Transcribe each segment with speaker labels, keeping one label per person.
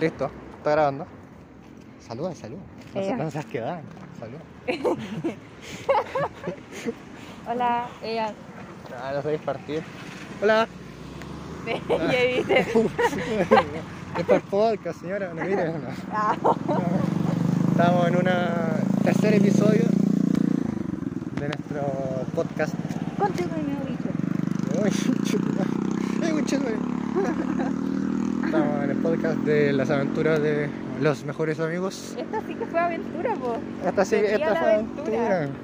Speaker 1: Listo, está grabando.
Speaker 2: Saluda, saluda.
Speaker 1: No, se-
Speaker 3: Eh.
Speaker 1: no seas quedada, saluda.
Speaker 3: Hola, ella.
Speaker 1: Ah, no sabéis partir. Hola,
Speaker 3: Y ahí dice,
Speaker 1: esto es podcast, señora. No mire, no.
Speaker 3: ah,
Speaker 1: Estamos en un tercer episodio de nuestro podcast.
Speaker 3: ¿cuánto me ha dicho?
Speaker 1: Ay, conchetumare. Ay, conchetumare. Estamos en el podcast de las aventuras de los mejores amigos.
Speaker 3: Esta sí que fue aventura, po.
Speaker 1: Esta sí,
Speaker 3: Sería
Speaker 1: esta
Speaker 3: la
Speaker 1: fue
Speaker 3: aventura.
Speaker 1: aventura.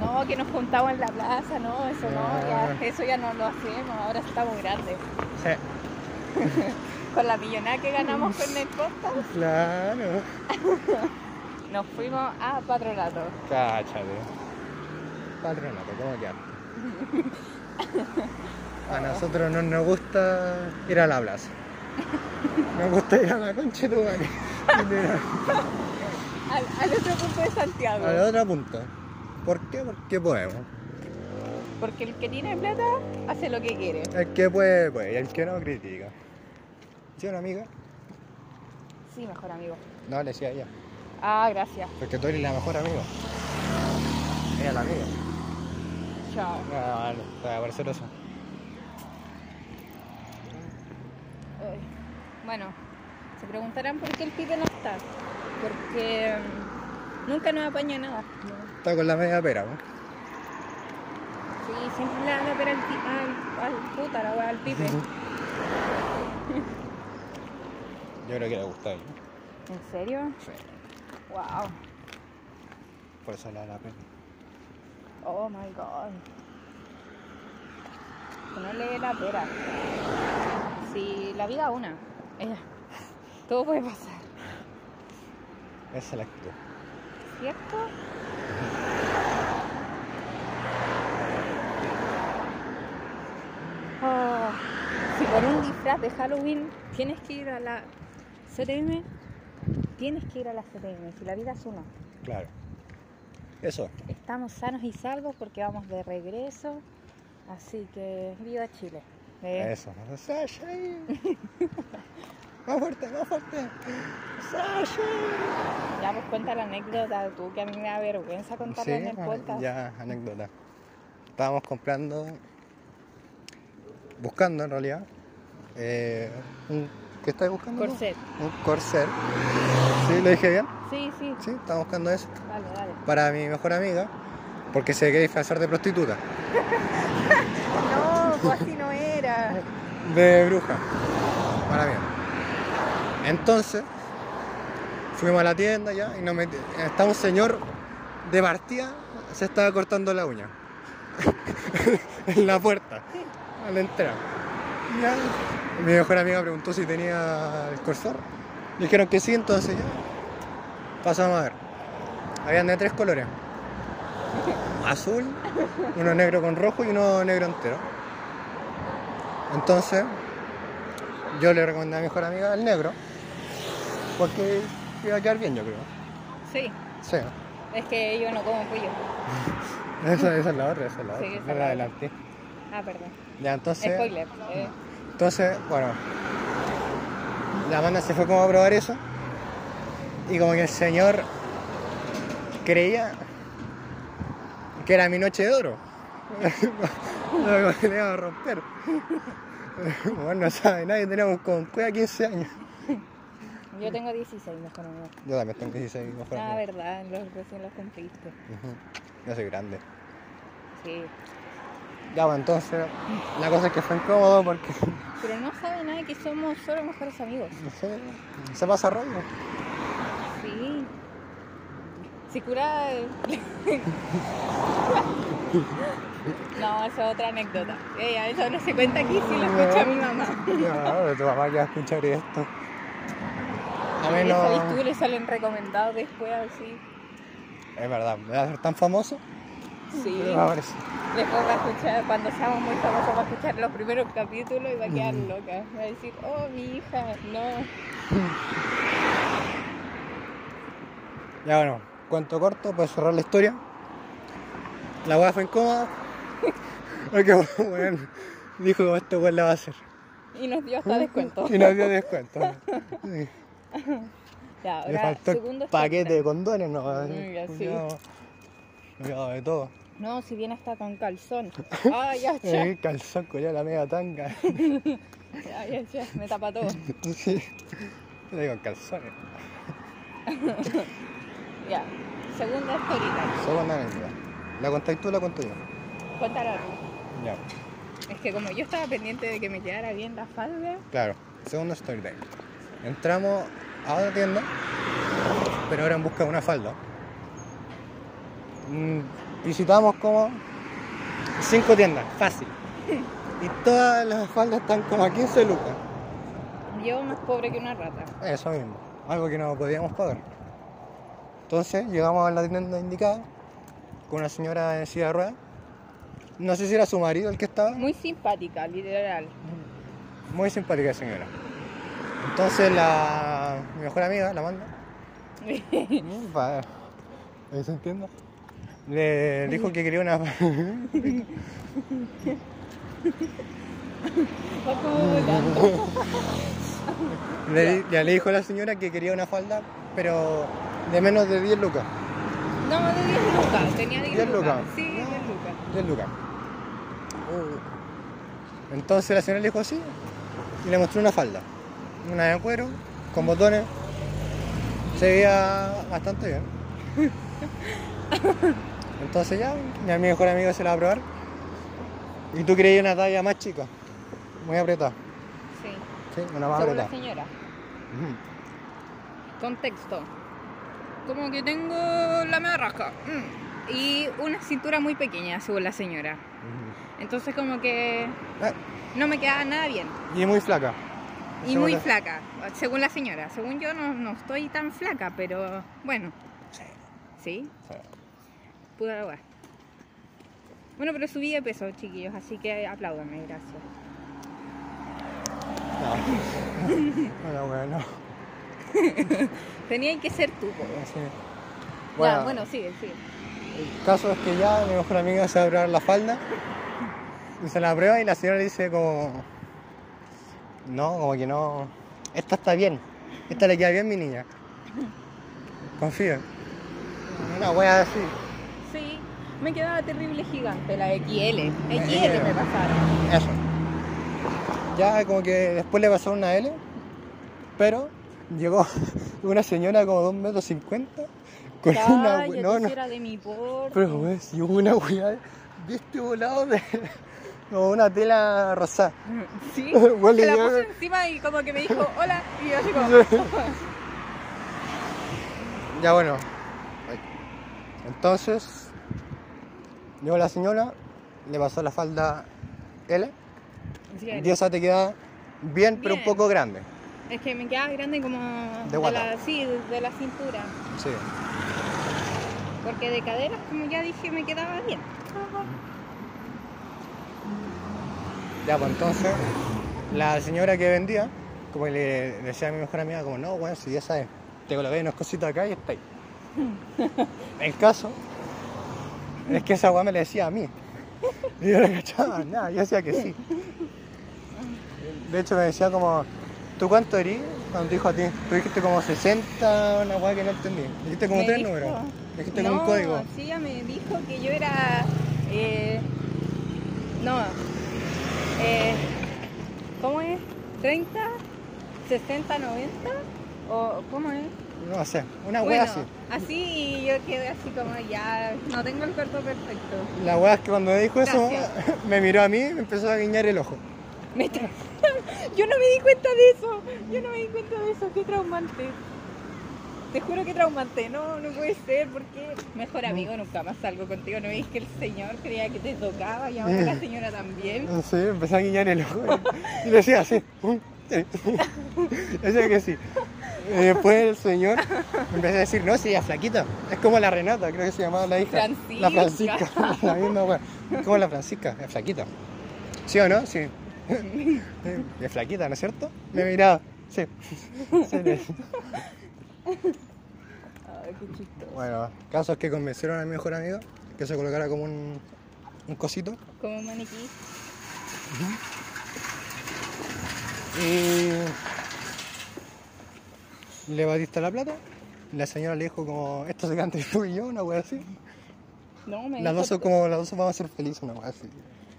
Speaker 3: No, que nos juntamos en la plaza, no, eso no, ya, eso ya no lo hacemos, ahora estamos grandes.
Speaker 1: Sí.
Speaker 3: Con la millonada que ganamos con el podcast,
Speaker 1: Claro.
Speaker 3: nos fuimos a patronato.
Speaker 1: Cáchate. Patronato, ¿cómo quedaste? A nosotros no nos gusta ir a la plaza. Nos gusta ir a la concha de tu madre.
Speaker 3: Al, al otro punto de Santiago.
Speaker 1: A la otra punta. ¿Por qué? Porque podemos.
Speaker 3: Porque el que tiene plata hace lo que quiere.
Speaker 1: El que puede, puede. Y el que no, critica. ¿Sí una amiga?
Speaker 3: Sí, mejor amigo.
Speaker 1: No, le decía ella.
Speaker 3: Ah, gracias.
Speaker 1: Porque tú eres la mejor amiga. Ella es la amiga.
Speaker 3: Chao.
Speaker 1: No, no, te va a parecer eso.
Speaker 3: Ay, Eh, Bueno, se preguntarán por qué el pibe no está. Porque mm, nunca nos apaña nada.
Speaker 1: Está con la media pera, ¿no?
Speaker 3: Sí, siempre le da la pera al, ti- al, al puta, la wea, al pibe. ¿En
Speaker 1: Yo creo que le gusta a ella.
Speaker 3: serio?
Speaker 1: Sí.
Speaker 3: Wow.
Speaker 1: Por eso le da la pena.
Speaker 3: Oh my god. Que no le dé la pera. Si la vida una, eh, todo puede pasar,
Speaker 1: Esa es la actitud.
Speaker 3: ¿cierto? Oh, si por un disfraz de Halloween tienes que ir a la CTM, tienes que ir a la CTM, si la vida es una.
Speaker 1: Claro. Eso.
Speaker 3: Estamos sanos y salvos porque vamos de regreso, así que viva Chile. Eh,
Speaker 1: Eso. Sasha. más fuerte, más fuerte. Sasha.
Speaker 3: Ya pues cuenta la anécdota tú, que a mí me da vergüenza contarla en el podcast.
Speaker 1: ya, anécdota. Estábamos comprando, buscando en realidad, eh, un- ¿qué estáis buscando? tú?
Speaker 3: Corset.
Speaker 1: Un corset. ¿Sí? ¿Lo dije bien?
Speaker 3: Sí, sí.
Speaker 1: Sí, estaba buscando eso.
Speaker 3: Dale, dale.
Speaker 1: Para mi mejor amiga, porque se quería disfrazar de prostituta.
Speaker 3: No, pues así no era.
Speaker 1: de bruja. Para mí. Entonces, fuimos a la tienda ya y nos meti- Está un señor de partida, se estaba cortando la uña. en la puerta, a la entrada. Ya, Mi mejor amiga preguntó si tenía el corsor. Dijeron que sí, entonces ya. Pasamos a ver. Habían de tres colores. Azul, uno negro con rojo y uno negro entero. Entonces, yo le recomendé a mi mejor amiga el negro, porque iba a quedar bien, yo creo.
Speaker 3: Sí,
Speaker 1: Sí,
Speaker 3: es que yo no como pollo.
Speaker 1: esa, esa es la otra, esa es la
Speaker 3: Sí,
Speaker 1: otra. no
Speaker 3: esa es
Speaker 1: la
Speaker 3: la
Speaker 1: adelanté.
Speaker 3: Ah, perdón.
Speaker 1: Ya, entonces,
Speaker 3: Spoiler. eh.
Speaker 1: entonces, bueno, la banda se fue como a probar eso, y como que el señor creía que era mi noche de oro. Lo que le iba a romper. Bueno, no sabe nadie, tenemos con cueva 15 años. Mm.
Speaker 3: Yo tengo 16 mejor amigo.
Speaker 1: Yo también tengo 16 mejor
Speaker 3: Ah,
Speaker 1: amigo.
Speaker 3: verdad, los recién los cumpliste.
Speaker 1: Ujú. Yo soy grande.
Speaker 3: Sí.
Speaker 1: Ya, bueno, entonces, la cosa es que fue incómodo porque
Speaker 3: Pero no sabe nadie que somos solo mejores amigos.
Speaker 1: no sé, se pasa rollo.
Speaker 3: Sí. Si cura. eh. no, esa es otra anécdota. Ella, eso no se cuenta aquí si la escucha mi mamá.
Speaker 1: No, tu mamá ya escucharía esto. A
Speaker 3: Y eso, y tú
Speaker 1: menos.
Speaker 3: le salen recomendados después así.
Speaker 1: Es verdad, me va a ser tan famoso.
Speaker 3: Sí.
Speaker 1: me va a aparecer.
Speaker 3: Después va a escuchar, cuando seamos muy famosos, va a escuchar los primeros capítulos y va a quedar
Speaker 1: Mm.
Speaker 3: loca. Va a decir, oh, mi hija, no.
Speaker 1: Ya, bueno, cuento corto para cerrar la historia. La weá fue incómoda. Porque, bueno, dijo, este weón la va a hacer.
Speaker 3: Y nos dio hasta descuento.
Speaker 1: Y nos dio descuento. Sí.
Speaker 3: Ya,
Speaker 1: Le
Speaker 3: ahora,
Speaker 1: faltó
Speaker 3: segundo
Speaker 1: el
Speaker 3: está
Speaker 1: paquete de
Speaker 3: Fran.
Speaker 1: condones, no.
Speaker 3: Mm, ya, sí.
Speaker 1: culiao. Culiao de todo.
Speaker 3: No, si viene hasta con calzón. Ay, ya, ya.
Speaker 1: El calzón, culiao, la media tanga.
Speaker 3: Ay, ya, ya, Me tapa todo.
Speaker 1: Sí. Le digo calzones.
Speaker 3: Ya. Segunda storyline.
Speaker 1: Solo una anécdota. ¿La contáis tú o la conté yo?
Speaker 3: Cuéntala.
Speaker 1: Ya,
Speaker 3: Es que como yo estaba pendiente de que me quedara bien la falda.
Speaker 1: claro. Segundo storytime. Entramos a otra tienda, pero ahora en busca de una falda. Mm, Visitamos como cinco tiendas, fácil. Y todas las faldas están como a 15 lucas.
Speaker 3: Yo más pobre que una rata.
Speaker 1: Eso mismo, algo que no podíamos pagar. Entonces llegamos a la tienda indicada con una señora en silla de ruedas. No sé si era su marido el que estaba.
Speaker 3: Muy simpática, literal.
Speaker 1: Muy simpática señora. Entonces la mi mejor amiga, la manda, para que se entienda, le dijo que quería una...
Speaker 3: Va como volando.
Speaker 1: le, ya le dijo a la señora que quería una falda, pero de menos de 10 lucas.
Speaker 3: No, de 10 lucas. Tenía 10,
Speaker 1: 10
Speaker 3: lucas.
Speaker 1: lucas.
Speaker 3: Sí, 10
Speaker 1: No.
Speaker 3: lucas.
Speaker 1: 10 lucas. Entonces la señora le dijo sí y le mostró una falda. Una de cuero, con botones. Se veía bastante bien. Entonces ya, mi mejor amigo se la va a probar. Y tú querías una talla más chica, muy apretada.
Speaker 3: Sí.
Speaker 1: Sí, una más
Speaker 3: Según la
Speaker 1: apretada.
Speaker 3: señora.
Speaker 1: Ujú.
Speaker 3: Contexto. Como que tengo la media rasca. mm, Y una cintura muy pequeña, según la señora.
Speaker 1: Ujú.
Speaker 3: Entonces como que
Speaker 1: Ah,
Speaker 3: no me quedaba nada bien.
Speaker 1: Y muy flaca.
Speaker 3: Y muy
Speaker 1: Segunda-
Speaker 3: flaca, según la señora. Según yo no, no estoy tan flaca, pero bueno. Sí,
Speaker 1: Sí.
Speaker 3: pude lograr. Bueno, pero subí de peso, chiquillos, así que apláudame, gracias.
Speaker 1: No, no, bueno.
Speaker 3: Tenía que ser tú. po.
Speaker 1: Sí.
Speaker 3: ya, bueno, sigue, sigue.
Speaker 1: El caso es que ya mi mejor amiga se va a probar la falda y se la prueba y la señora le dice como... No, como que no... Esta está bien. Esta le queda bien mi niña. Confía. Una wea así.
Speaker 3: Sí, me quedaba terrible gigante, la XL.
Speaker 1: XL.
Speaker 3: XL me pasaron.
Speaker 1: Eso. Ya como que después le pasó una L, pero llegó una señora como 2 metros 50 con una...
Speaker 3: Cállate,
Speaker 1: we- No, no.
Speaker 3: si era de mi porte.
Speaker 1: Pero weón, si hubo una weá de este volado de... Como una tela rosada.
Speaker 3: Sí,
Speaker 1: Igual
Speaker 3: se
Speaker 1: le
Speaker 3: la
Speaker 1: llega-
Speaker 3: puso encima y como que me dijo, hola, y yo así como...
Speaker 1: Ya bueno. Ay. Entonces, llegó la señora, le pasó la falda L.
Speaker 3: Sí,
Speaker 1: Diosa te queda bien, pero un
Speaker 3: Bien.
Speaker 1: poco grande.
Speaker 3: Es que me quedaba grande como
Speaker 1: De guata.
Speaker 3: la, sí, de la cintura.
Speaker 1: Sí.
Speaker 3: Porque de caderas, como ya dije, me quedaba bien.
Speaker 1: Ya, pues entonces, la señora que vendía, como que le decía a mi mejor amiga, como, no, bueno, si ya sabes, te coloqué unos cositos acá y está ahí. El caso es que esa weá me le decía a mí. Y yo no cachaba nada, yo decía que sí. De hecho, me decía como, ¿tú cuánto eres? Cuando te dijo a ti, tú dijiste como 60, una weá que no entendí. Dijiste como
Speaker 3: Me
Speaker 1: tres
Speaker 3: dijo-
Speaker 1: números. Dijiste
Speaker 3: no,
Speaker 1: como un código.
Speaker 3: Sí, ella me dijo que yo era. eh, no. eh, ¿Cómo es? ¿30? ¿60? ¿90? ¿O cómo es?
Speaker 1: No sé, una weá
Speaker 3: bueno,
Speaker 1: así.
Speaker 3: así y yo quedé así como ya. No tengo el cuerpo perfecto.
Speaker 1: La weá es que cuando me dijo eso,
Speaker 3: Gracias.
Speaker 1: me miró a mí y me empezó a guiñar el ojo.
Speaker 3: Me tra- yo no me di cuenta de eso. Yo no me di cuenta de eso. Qué traumante. Te juro que traumante. No, no puede ser. Porque mejor amigo, nunca más salgo contigo. ¿No veis que el señor creía que te tocaba y ahora
Speaker 1: Eh.
Speaker 3: la señora también?
Speaker 1: Sí, empecé a guiñar el ojo y le decía así. decía que sí. Y después el señor me empezó a decir, no, si ella es flaquita. Es como la Renata, creo que se llamaba la hija. La
Speaker 3: Francisca.
Speaker 1: Francisca. La misma wea. Es como la Francisca, es flaquita. ¿Sí o no? Sí. Y es flaquita, ¿no es cierto? Me miraba. Sí. Sí, le-
Speaker 3: Ay, qué chistoso.
Speaker 1: Bueno, casos que convencieron a mi mejor amigo que se colocara como un, un cosito.
Speaker 3: Como un maniquí.
Speaker 1: Y Eh, le batiste la plata. La señora le dijo como, esto se canta tú y yo, una wea así.
Speaker 3: No, me
Speaker 1: Las
Speaker 3: dijo
Speaker 1: dos son
Speaker 3: t-
Speaker 1: como, las dos vamos a ser felices, una wea así.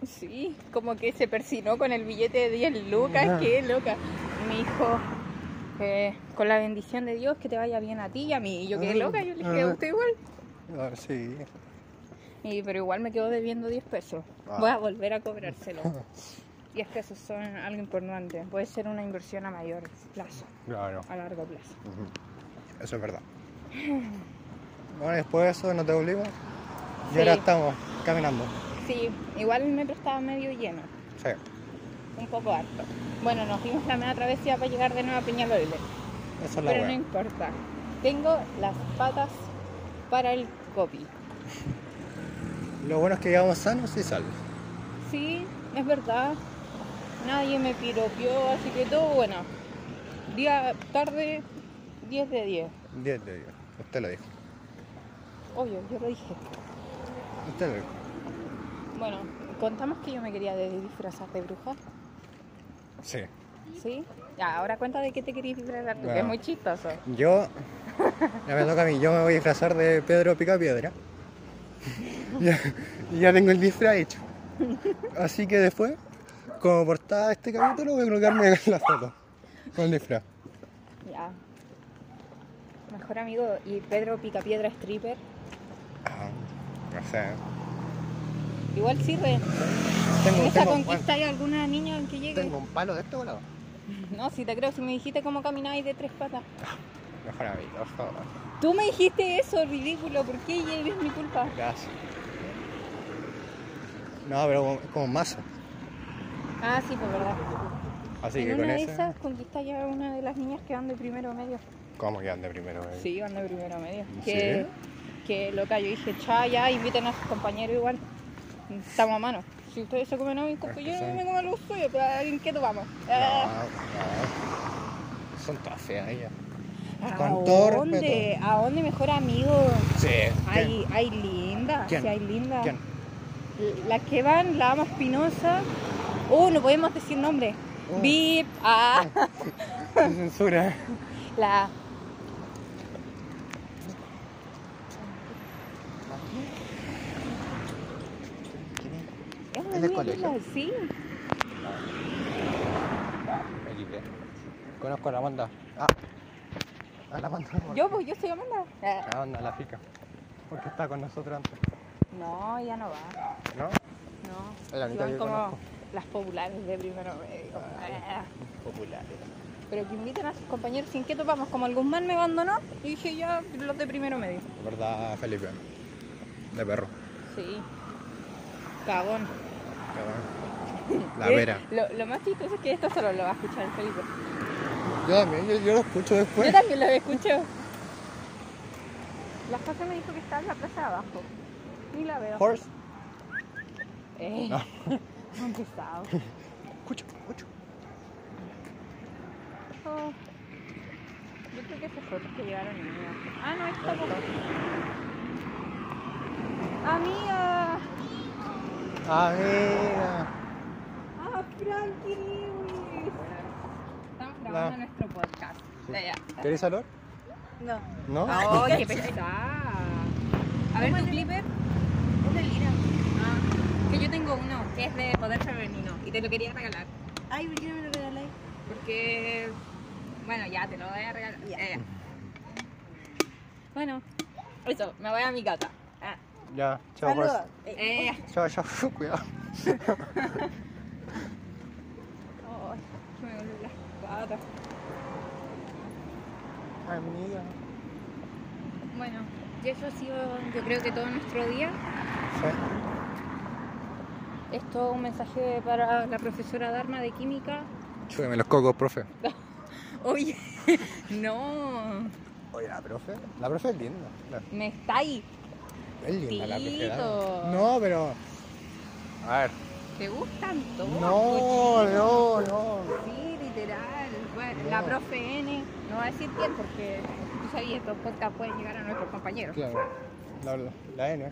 Speaker 3: Sí, como que se persinó con el billete de 10 lucas,
Speaker 1: Ya.
Speaker 3: qué loca. Me dijo, eh, con la bendición de Dios, que te vaya bien a ti y a mí. Y yo qué
Speaker 1: Ah,
Speaker 3: loca, yo le dije,
Speaker 1: ah.
Speaker 3: ¿a usted igual?
Speaker 1: Ah, sí.
Speaker 3: Y, pero igual me quedo debiendo 10 pesos.
Speaker 1: Ah.
Speaker 3: Voy a volver a cobrárselo. 10 pesos son algo importante. Puede ser una inversión a mayor plazo,
Speaker 1: Claro.
Speaker 3: a largo plazo.
Speaker 1: Eso es verdad. Bueno, después de eso no te obligo. Y
Speaker 3: Sí.
Speaker 1: ahora estamos caminando.
Speaker 3: Sí, igual el metro estaba medio lleno,
Speaker 1: Sí.
Speaker 3: un poco harto. Bueno, nos dimos la media travesía para llegar de nuevo a Peñalolén.
Speaker 1: Esa es la
Speaker 3: Pero no
Speaker 1: wea.
Speaker 3: importa. Tengo las patas para el copy.
Speaker 1: Lo bueno es que llegamos sanos y salvos.
Speaker 3: Sí, es verdad. Nadie me piropió, así que todo bueno. Día, tarde, 10 de 10.
Speaker 1: 10 de 10. Usted lo dijo.
Speaker 3: Obvio, yo lo dije.
Speaker 1: Usted lo dijo.
Speaker 3: Bueno, contamos que yo me quería de- disfrazar de bruja.
Speaker 1: Sí.
Speaker 3: ¿Sí? Ya, ahora cuenta de qué te querías disfrazar tú, que
Speaker 1: Bueno.
Speaker 3: es muy chistoso.
Speaker 1: Yo, ya me toca a mí, yo me voy a disfrazar de Pedro Picapiedra. ya, ya tengo el disfraz hecho. Así que después, como portada de este capítulo, voy a colocarme la foto con el disfraz.
Speaker 3: Ya. Mejor amigo y Pedro Picapiedra Stripper.
Speaker 1: Ah, no sé.
Speaker 3: Igual sirve. En
Speaker 1: Tengo,
Speaker 3: esa
Speaker 1: tengo, bueno,
Speaker 3: conquista hay alguna niña que llegue.
Speaker 1: tengo un palo de este volado.
Speaker 3: No, si te creo, si me dijiste cómo caminabas de tres patas.
Speaker 1: Mejor a mí, por favor.
Speaker 3: Tú me dijiste eso, ridículo, ¿por qué Y es mi culpa?
Speaker 1: Gracias. No, pero como, como mazo.
Speaker 3: Ah, sí, por verdad.
Speaker 1: Así que
Speaker 3: en
Speaker 1: con
Speaker 3: una de
Speaker 1: eso.
Speaker 3: esas conquista ya una de las niñas que van de primero medio.
Speaker 1: ¿Cómo que ande primero? eh?
Speaker 3: Sí, van de primero medio.
Speaker 1: ¿Sí?
Speaker 3: Que, que loca, yo dije, cha, ya, inviten a sus compañeros igual. Estamos a mano. Si ustedes se comen a mi
Speaker 1: Es
Speaker 3: coco,
Speaker 1: que
Speaker 3: yo
Speaker 1: son-
Speaker 3: me como los suyos, pero a ver, ¿en qué tomamos?
Speaker 1: No,
Speaker 3: Ah,
Speaker 1: no. Son todas feas ellas.
Speaker 3: ¿A
Speaker 1: con todo
Speaker 3: dónde?
Speaker 1: respeto.
Speaker 3: ¿A dónde mejor amigo?
Speaker 1: Sí.
Speaker 3: Hay, hay linda,
Speaker 1: ¿Quién?
Speaker 3: sí hay linda.
Speaker 1: ¿Quién?
Speaker 3: Las que van, la ama espinosa. Uh, no podemos decir nombre.
Speaker 1: Oh.
Speaker 3: Vip, ah,
Speaker 1: ¿Quién? Censura.
Speaker 3: la. Es una
Speaker 2: ¿Es del
Speaker 3: niña
Speaker 2: colegio?
Speaker 3: linda, Sí,
Speaker 1: Felipe. Conozco a la banda. Ah. A la banda.
Speaker 3: yo, pues yo soy Amanda. Ah,
Speaker 1: A la banda, a la fica. Porque está con nosotros antes.
Speaker 3: No, ya no va.
Speaker 1: ¿No?
Speaker 3: No.
Speaker 1: Es la
Speaker 3: Si
Speaker 1: única
Speaker 3: van
Speaker 1: que
Speaker 3: como
Speaker 1: conozco.
Speaker 3: las populares de primero medio. Ah,
Speaker 1: Popular. eh.
Speaker 3: Pero que inviten a sus compañeros sin que topamos. Como el Guzmán me abandonó, y dije ya los de primero medio.
Speaker 1: ¿Verdad, Felipe? De perro.
Speaker 3: Sí. Cagón.
Speaker 1: La
Speaker 3: Eh,
Speaker 1: vera.
Speaker 3: Lo, lo más chistoso es que esto solo lo va a escuchar el Felipe.
Speaker 1: Yo también, yo, yo lo escucho
Speaker 3: Yo
Speaker 1: después.
Speaker 3: también lo escucho. La José me dijo que está en la plaza de abajo. Ni la veo.
Speaker 1: Horse.
Speaker 3: Eh,
Speaker 1: No.
Speaker 3: no he empezado.
Speaker 1: Escucho, escucho.
Speaker 3: Oh. Yo creo que esas fotos que llegaron en mí. Ah, no, esta no. Amiga.
Speaker 1: A ver.
Speaker 3: Ah, Frankie Lewis. Estamos grabando
Speaker 1: No.
Speaker 3: nuestro podcast. Ya, ya.
Speaker 1: ¿Queréis salor?
Speaker 4: No,
Speaker 1: ¿No?
Speaker 3: Oh, qué pesada. A ver, tu clipper. Ah,
Speaker 4: es de Lira.
Speaker 3: Que yo tengo uno que es de poder femenino y te lo quería regalar.
Speaker 4: Ay, ¿por qué no me lo regaláis?
Speaker 3: Porque. Bueno, ya te lo voy a regalar. Ya, ya. Bueno, eso, me voy a mi casa. Ah,
Speaker 1: Ya, chao,
Speaker 4: Saludos.
Speaker 1: horse.
Speaker 4: Eh,
Speaker 3: eh,
Speaker 1: Chao, chao. Cuidado.
Speaker 3: oh, que me duelen las patas.
Speaker 1: Amiga.
Speaker 3: Bueno, y eso ha sido, yo creo que todo nuestro día.
Speaker 1: Sí.
Speaker 3: Esto un mensaje para la profesora Dharma de química.
Speaker 1: Chúdeme los cocos, profe.
Speaker 3: Oye, no,
Speaker 1: Oye, la profe. La profe es linda. La-
Speaker 3: me está ahí.
Speaker 1: Es linda la profe.
Speaker 3: Tito.
Speaker 1: ¿verdad? No, pero. A ver.
Speaker 3: ¿Te gustan todos?
Speaker 1: No, no, no.
Speaker 3: Sí, literal. Bueno,
Speaker 1: No.
Speaker 3: la profe N no va a decir quién porque tú sabías estos podcasts pueden llegar a nuestros compañeros.
Speaker 1: Claro. La, la, la N.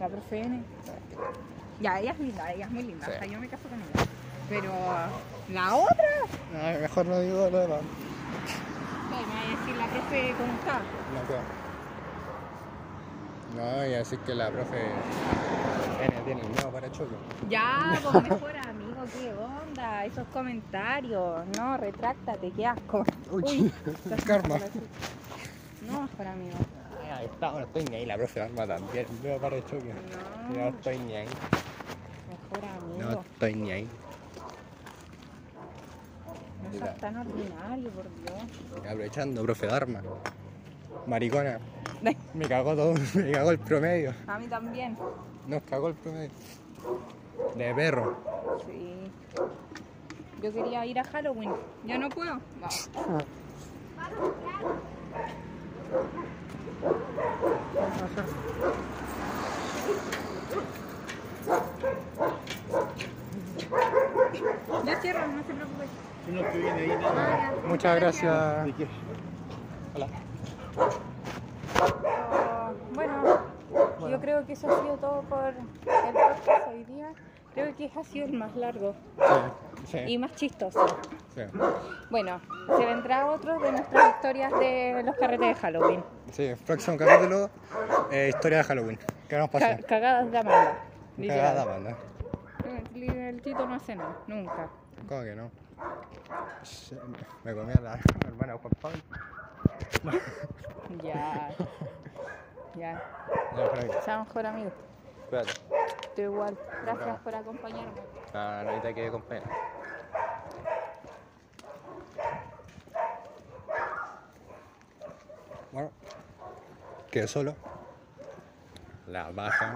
Speaker 3: La profe N. Ya, ella es linda, ella es muy linda.
Speaker 1: Sí.
Speaker 3: O sea, yo me caso con ella. Pero la otra.
Speaker 1: Ay, mejor no digo lo demás.
Speaker 3: No, me va a decir la profe cómo está.
Speaker 1: No puedo. No, y así que la profe. N tiene el miedo para choque.
Speaker 3: Ya, pues mejor amigo, qué onda, esos comentarios. No, retráctate, qué asco. Uy,
Speaker 1: karma.
Speaker 3: No, mejor amigo.
Speaker 1: Ay, está, no estoy ni ahí, la profe arma también. El miedo para el choque. No
Speaker 3: No,
Speaker 1: estoy ni ahí.
Speaker 3: mejor
Speaker 1: No
Speaker 3: amigo.
Speaker 1: estoy ni ahí.
Speaker 3: No seas tan ordinario, por Dios.
Speaker 1: Aprovechando, profe Dharma. Maricona.
Speaker 3: Ay.
Speaker 1: Me cagó todo, me cagó el promedio.
Speaker 3: A mí también.
Speaker 1: Nos cagó el promedio. De perro.
Speaker 3: Sí. Yo quería ir a Halloween. ¿Ya no puedo? No. Ya cierro, no se preocupe.
Speaker 1: Muchas gracias. Hola.
Speaker 3: Ah, bueno, yo creo que eso ha sido todo por el podcast hoy día. Creo que ha sido el más largo
Speaker 1: Sí,
Speaker 3: y
Speaker 1: sí,
Speaker 3: más chistoso.
Speaker 1: sí.
Speaker 3: Bueno, se vendrá otro de nuestras historias de los carretes de Halloween.
Speaker 1: Sí, próximo capítulo, eh, historia de Halloween. ¿Qué nos
Speaker 3: Ca-
Speaker 1: pasó?
Speaker 3: cagadas de Amanda. literal.
Speaker 1: Cagada, banda.
Speaker 3: El, el Tito no hace nada, nunca.
Speaker 1: ¿Cómo que no? Se- Me comía la hermana de Juan Pablo.
Speaker 3: Ya. Ya.
Speaker 1: Ya, por ahí.
Speaker 3: Chao, mejor amigo.
Speaker 1: Espérate.
Speaker 3: Estoy igual. Gracias por acompañarme.
Speaker 1: Ah, no, ahorita quedé con pena. Bueno, quedé solo. La baja.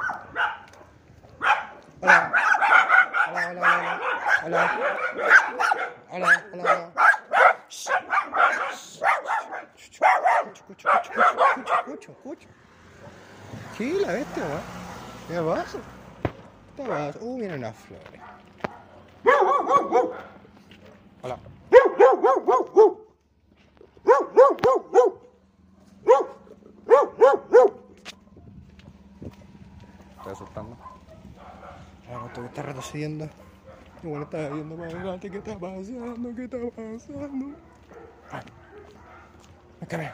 Speaker 1: Hola. Hola, hola, hola, hola. Hola, hola, hola. Escucho, escucho, escucho, escucho, escucho. Sí, la bestia, weón. Mira, vaso. Te vas. Uh, mira unas flores. Hola. Estoy asustando. Ah, no te está retrocediendo. Igual estaba viendo para adelante. ¿Qué está pasando? ¿Qué está pasando? Ah. Espérame.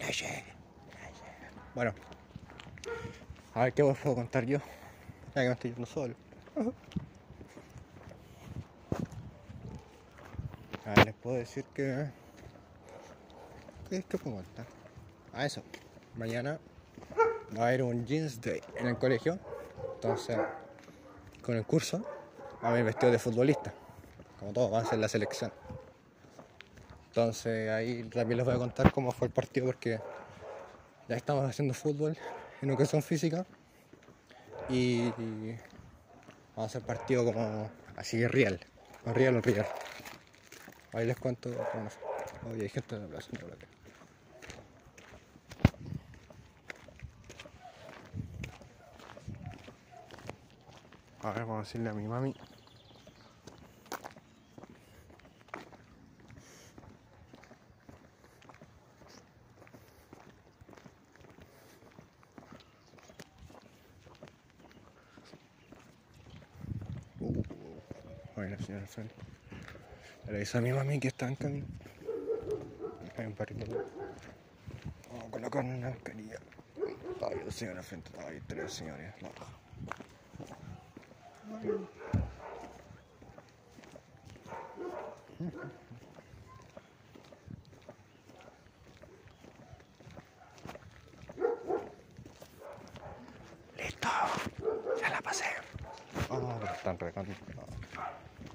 Speaker 1: No llega, no llega. Bueno. A ver qué os puedo contar yo. Ya que me estoy yendo solo. A ver, les puedo decir que. ¿Qué es que puedo contar? Ah, eso. Mañana va a haber un jeans day en el colegio. Entonces, con el curso, va a haber vestido de futbolista. Como todos, van a ser la selección. Entonces, ahí también les voy a contar cómo fue el partido porque ya estamos haciendo fútbol en educación física y vamos a hacer partido como así real, con real o real. Ahí les cuento cómo nos- Oye, hay gente en la plaza, no creo que- A ver, vamos a decirle a mi mami. Uh, ay, la señora al frente. Le aviso a mi mami que está en camino. Hay un perrito. Vamos a colocar una mascarilla. Ay, dos señores al frente. Ay, tres señores. No. Listo. Ya la pasé. Ah, pero están recontra.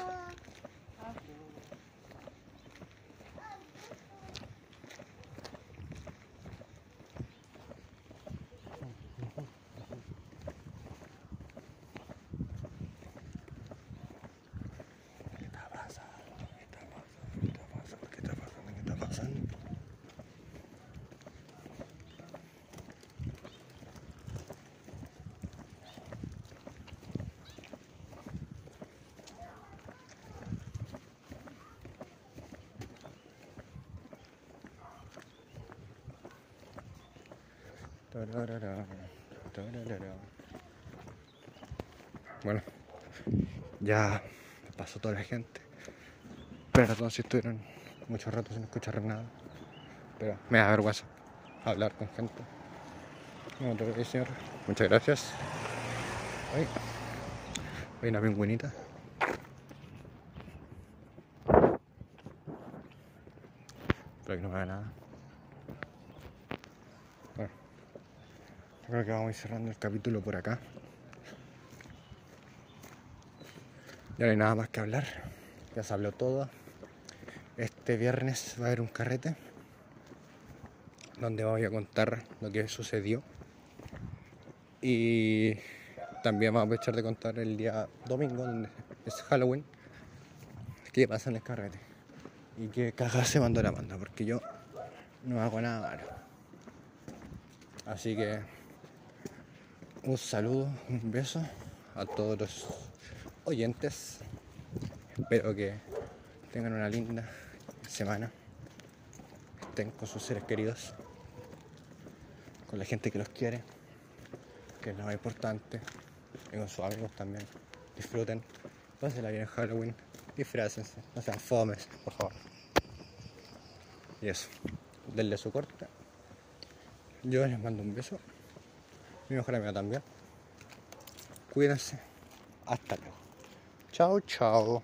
Speaker 4: gusta.
Speaker 1: ¿Qué está pasando? ¿Qué está pasando? ¿Qué está pasando? ¿Qué está pasando? ¿Qué está pasando? Tararara, tararara. Bueno, ya pasó toda la gente. Perdón si estuvieron mucho rato sin escuchar nada. Pero me da vergüenza hablar con gente. Bueno, te voy, señor. Muchas gracias. Ay, hay una pingüinita. Espero que no me haga nada. Bueno, yo creo que vamos a ir cerrando el capítulo por acá. Ya no hay nada más que hablar. Ya se habló todo. Este viernes va a haber un carrete donde voy a contar lo que sucedió. Y también vamos a aprovechar de contar el día domingo, donde es Halloween, qué pasa en el carrete. Y qué cagas se mandó la banda, porque yo no hago nada malo. Así que un saludo, un beso a todos los oyentes. Espero que tengan una linda semana. Estén con sus seres queridos, con la gente que los quiere, que es lo más importante, y con sus amigos también. Disfruten, pásenla bien en Halloween, disfrácense, no sean fomes, por favor. Y eso, denle su corte. Yo les mando un beso, mi mejor amiga también. Cuídense, hasta luego. Chao, chao.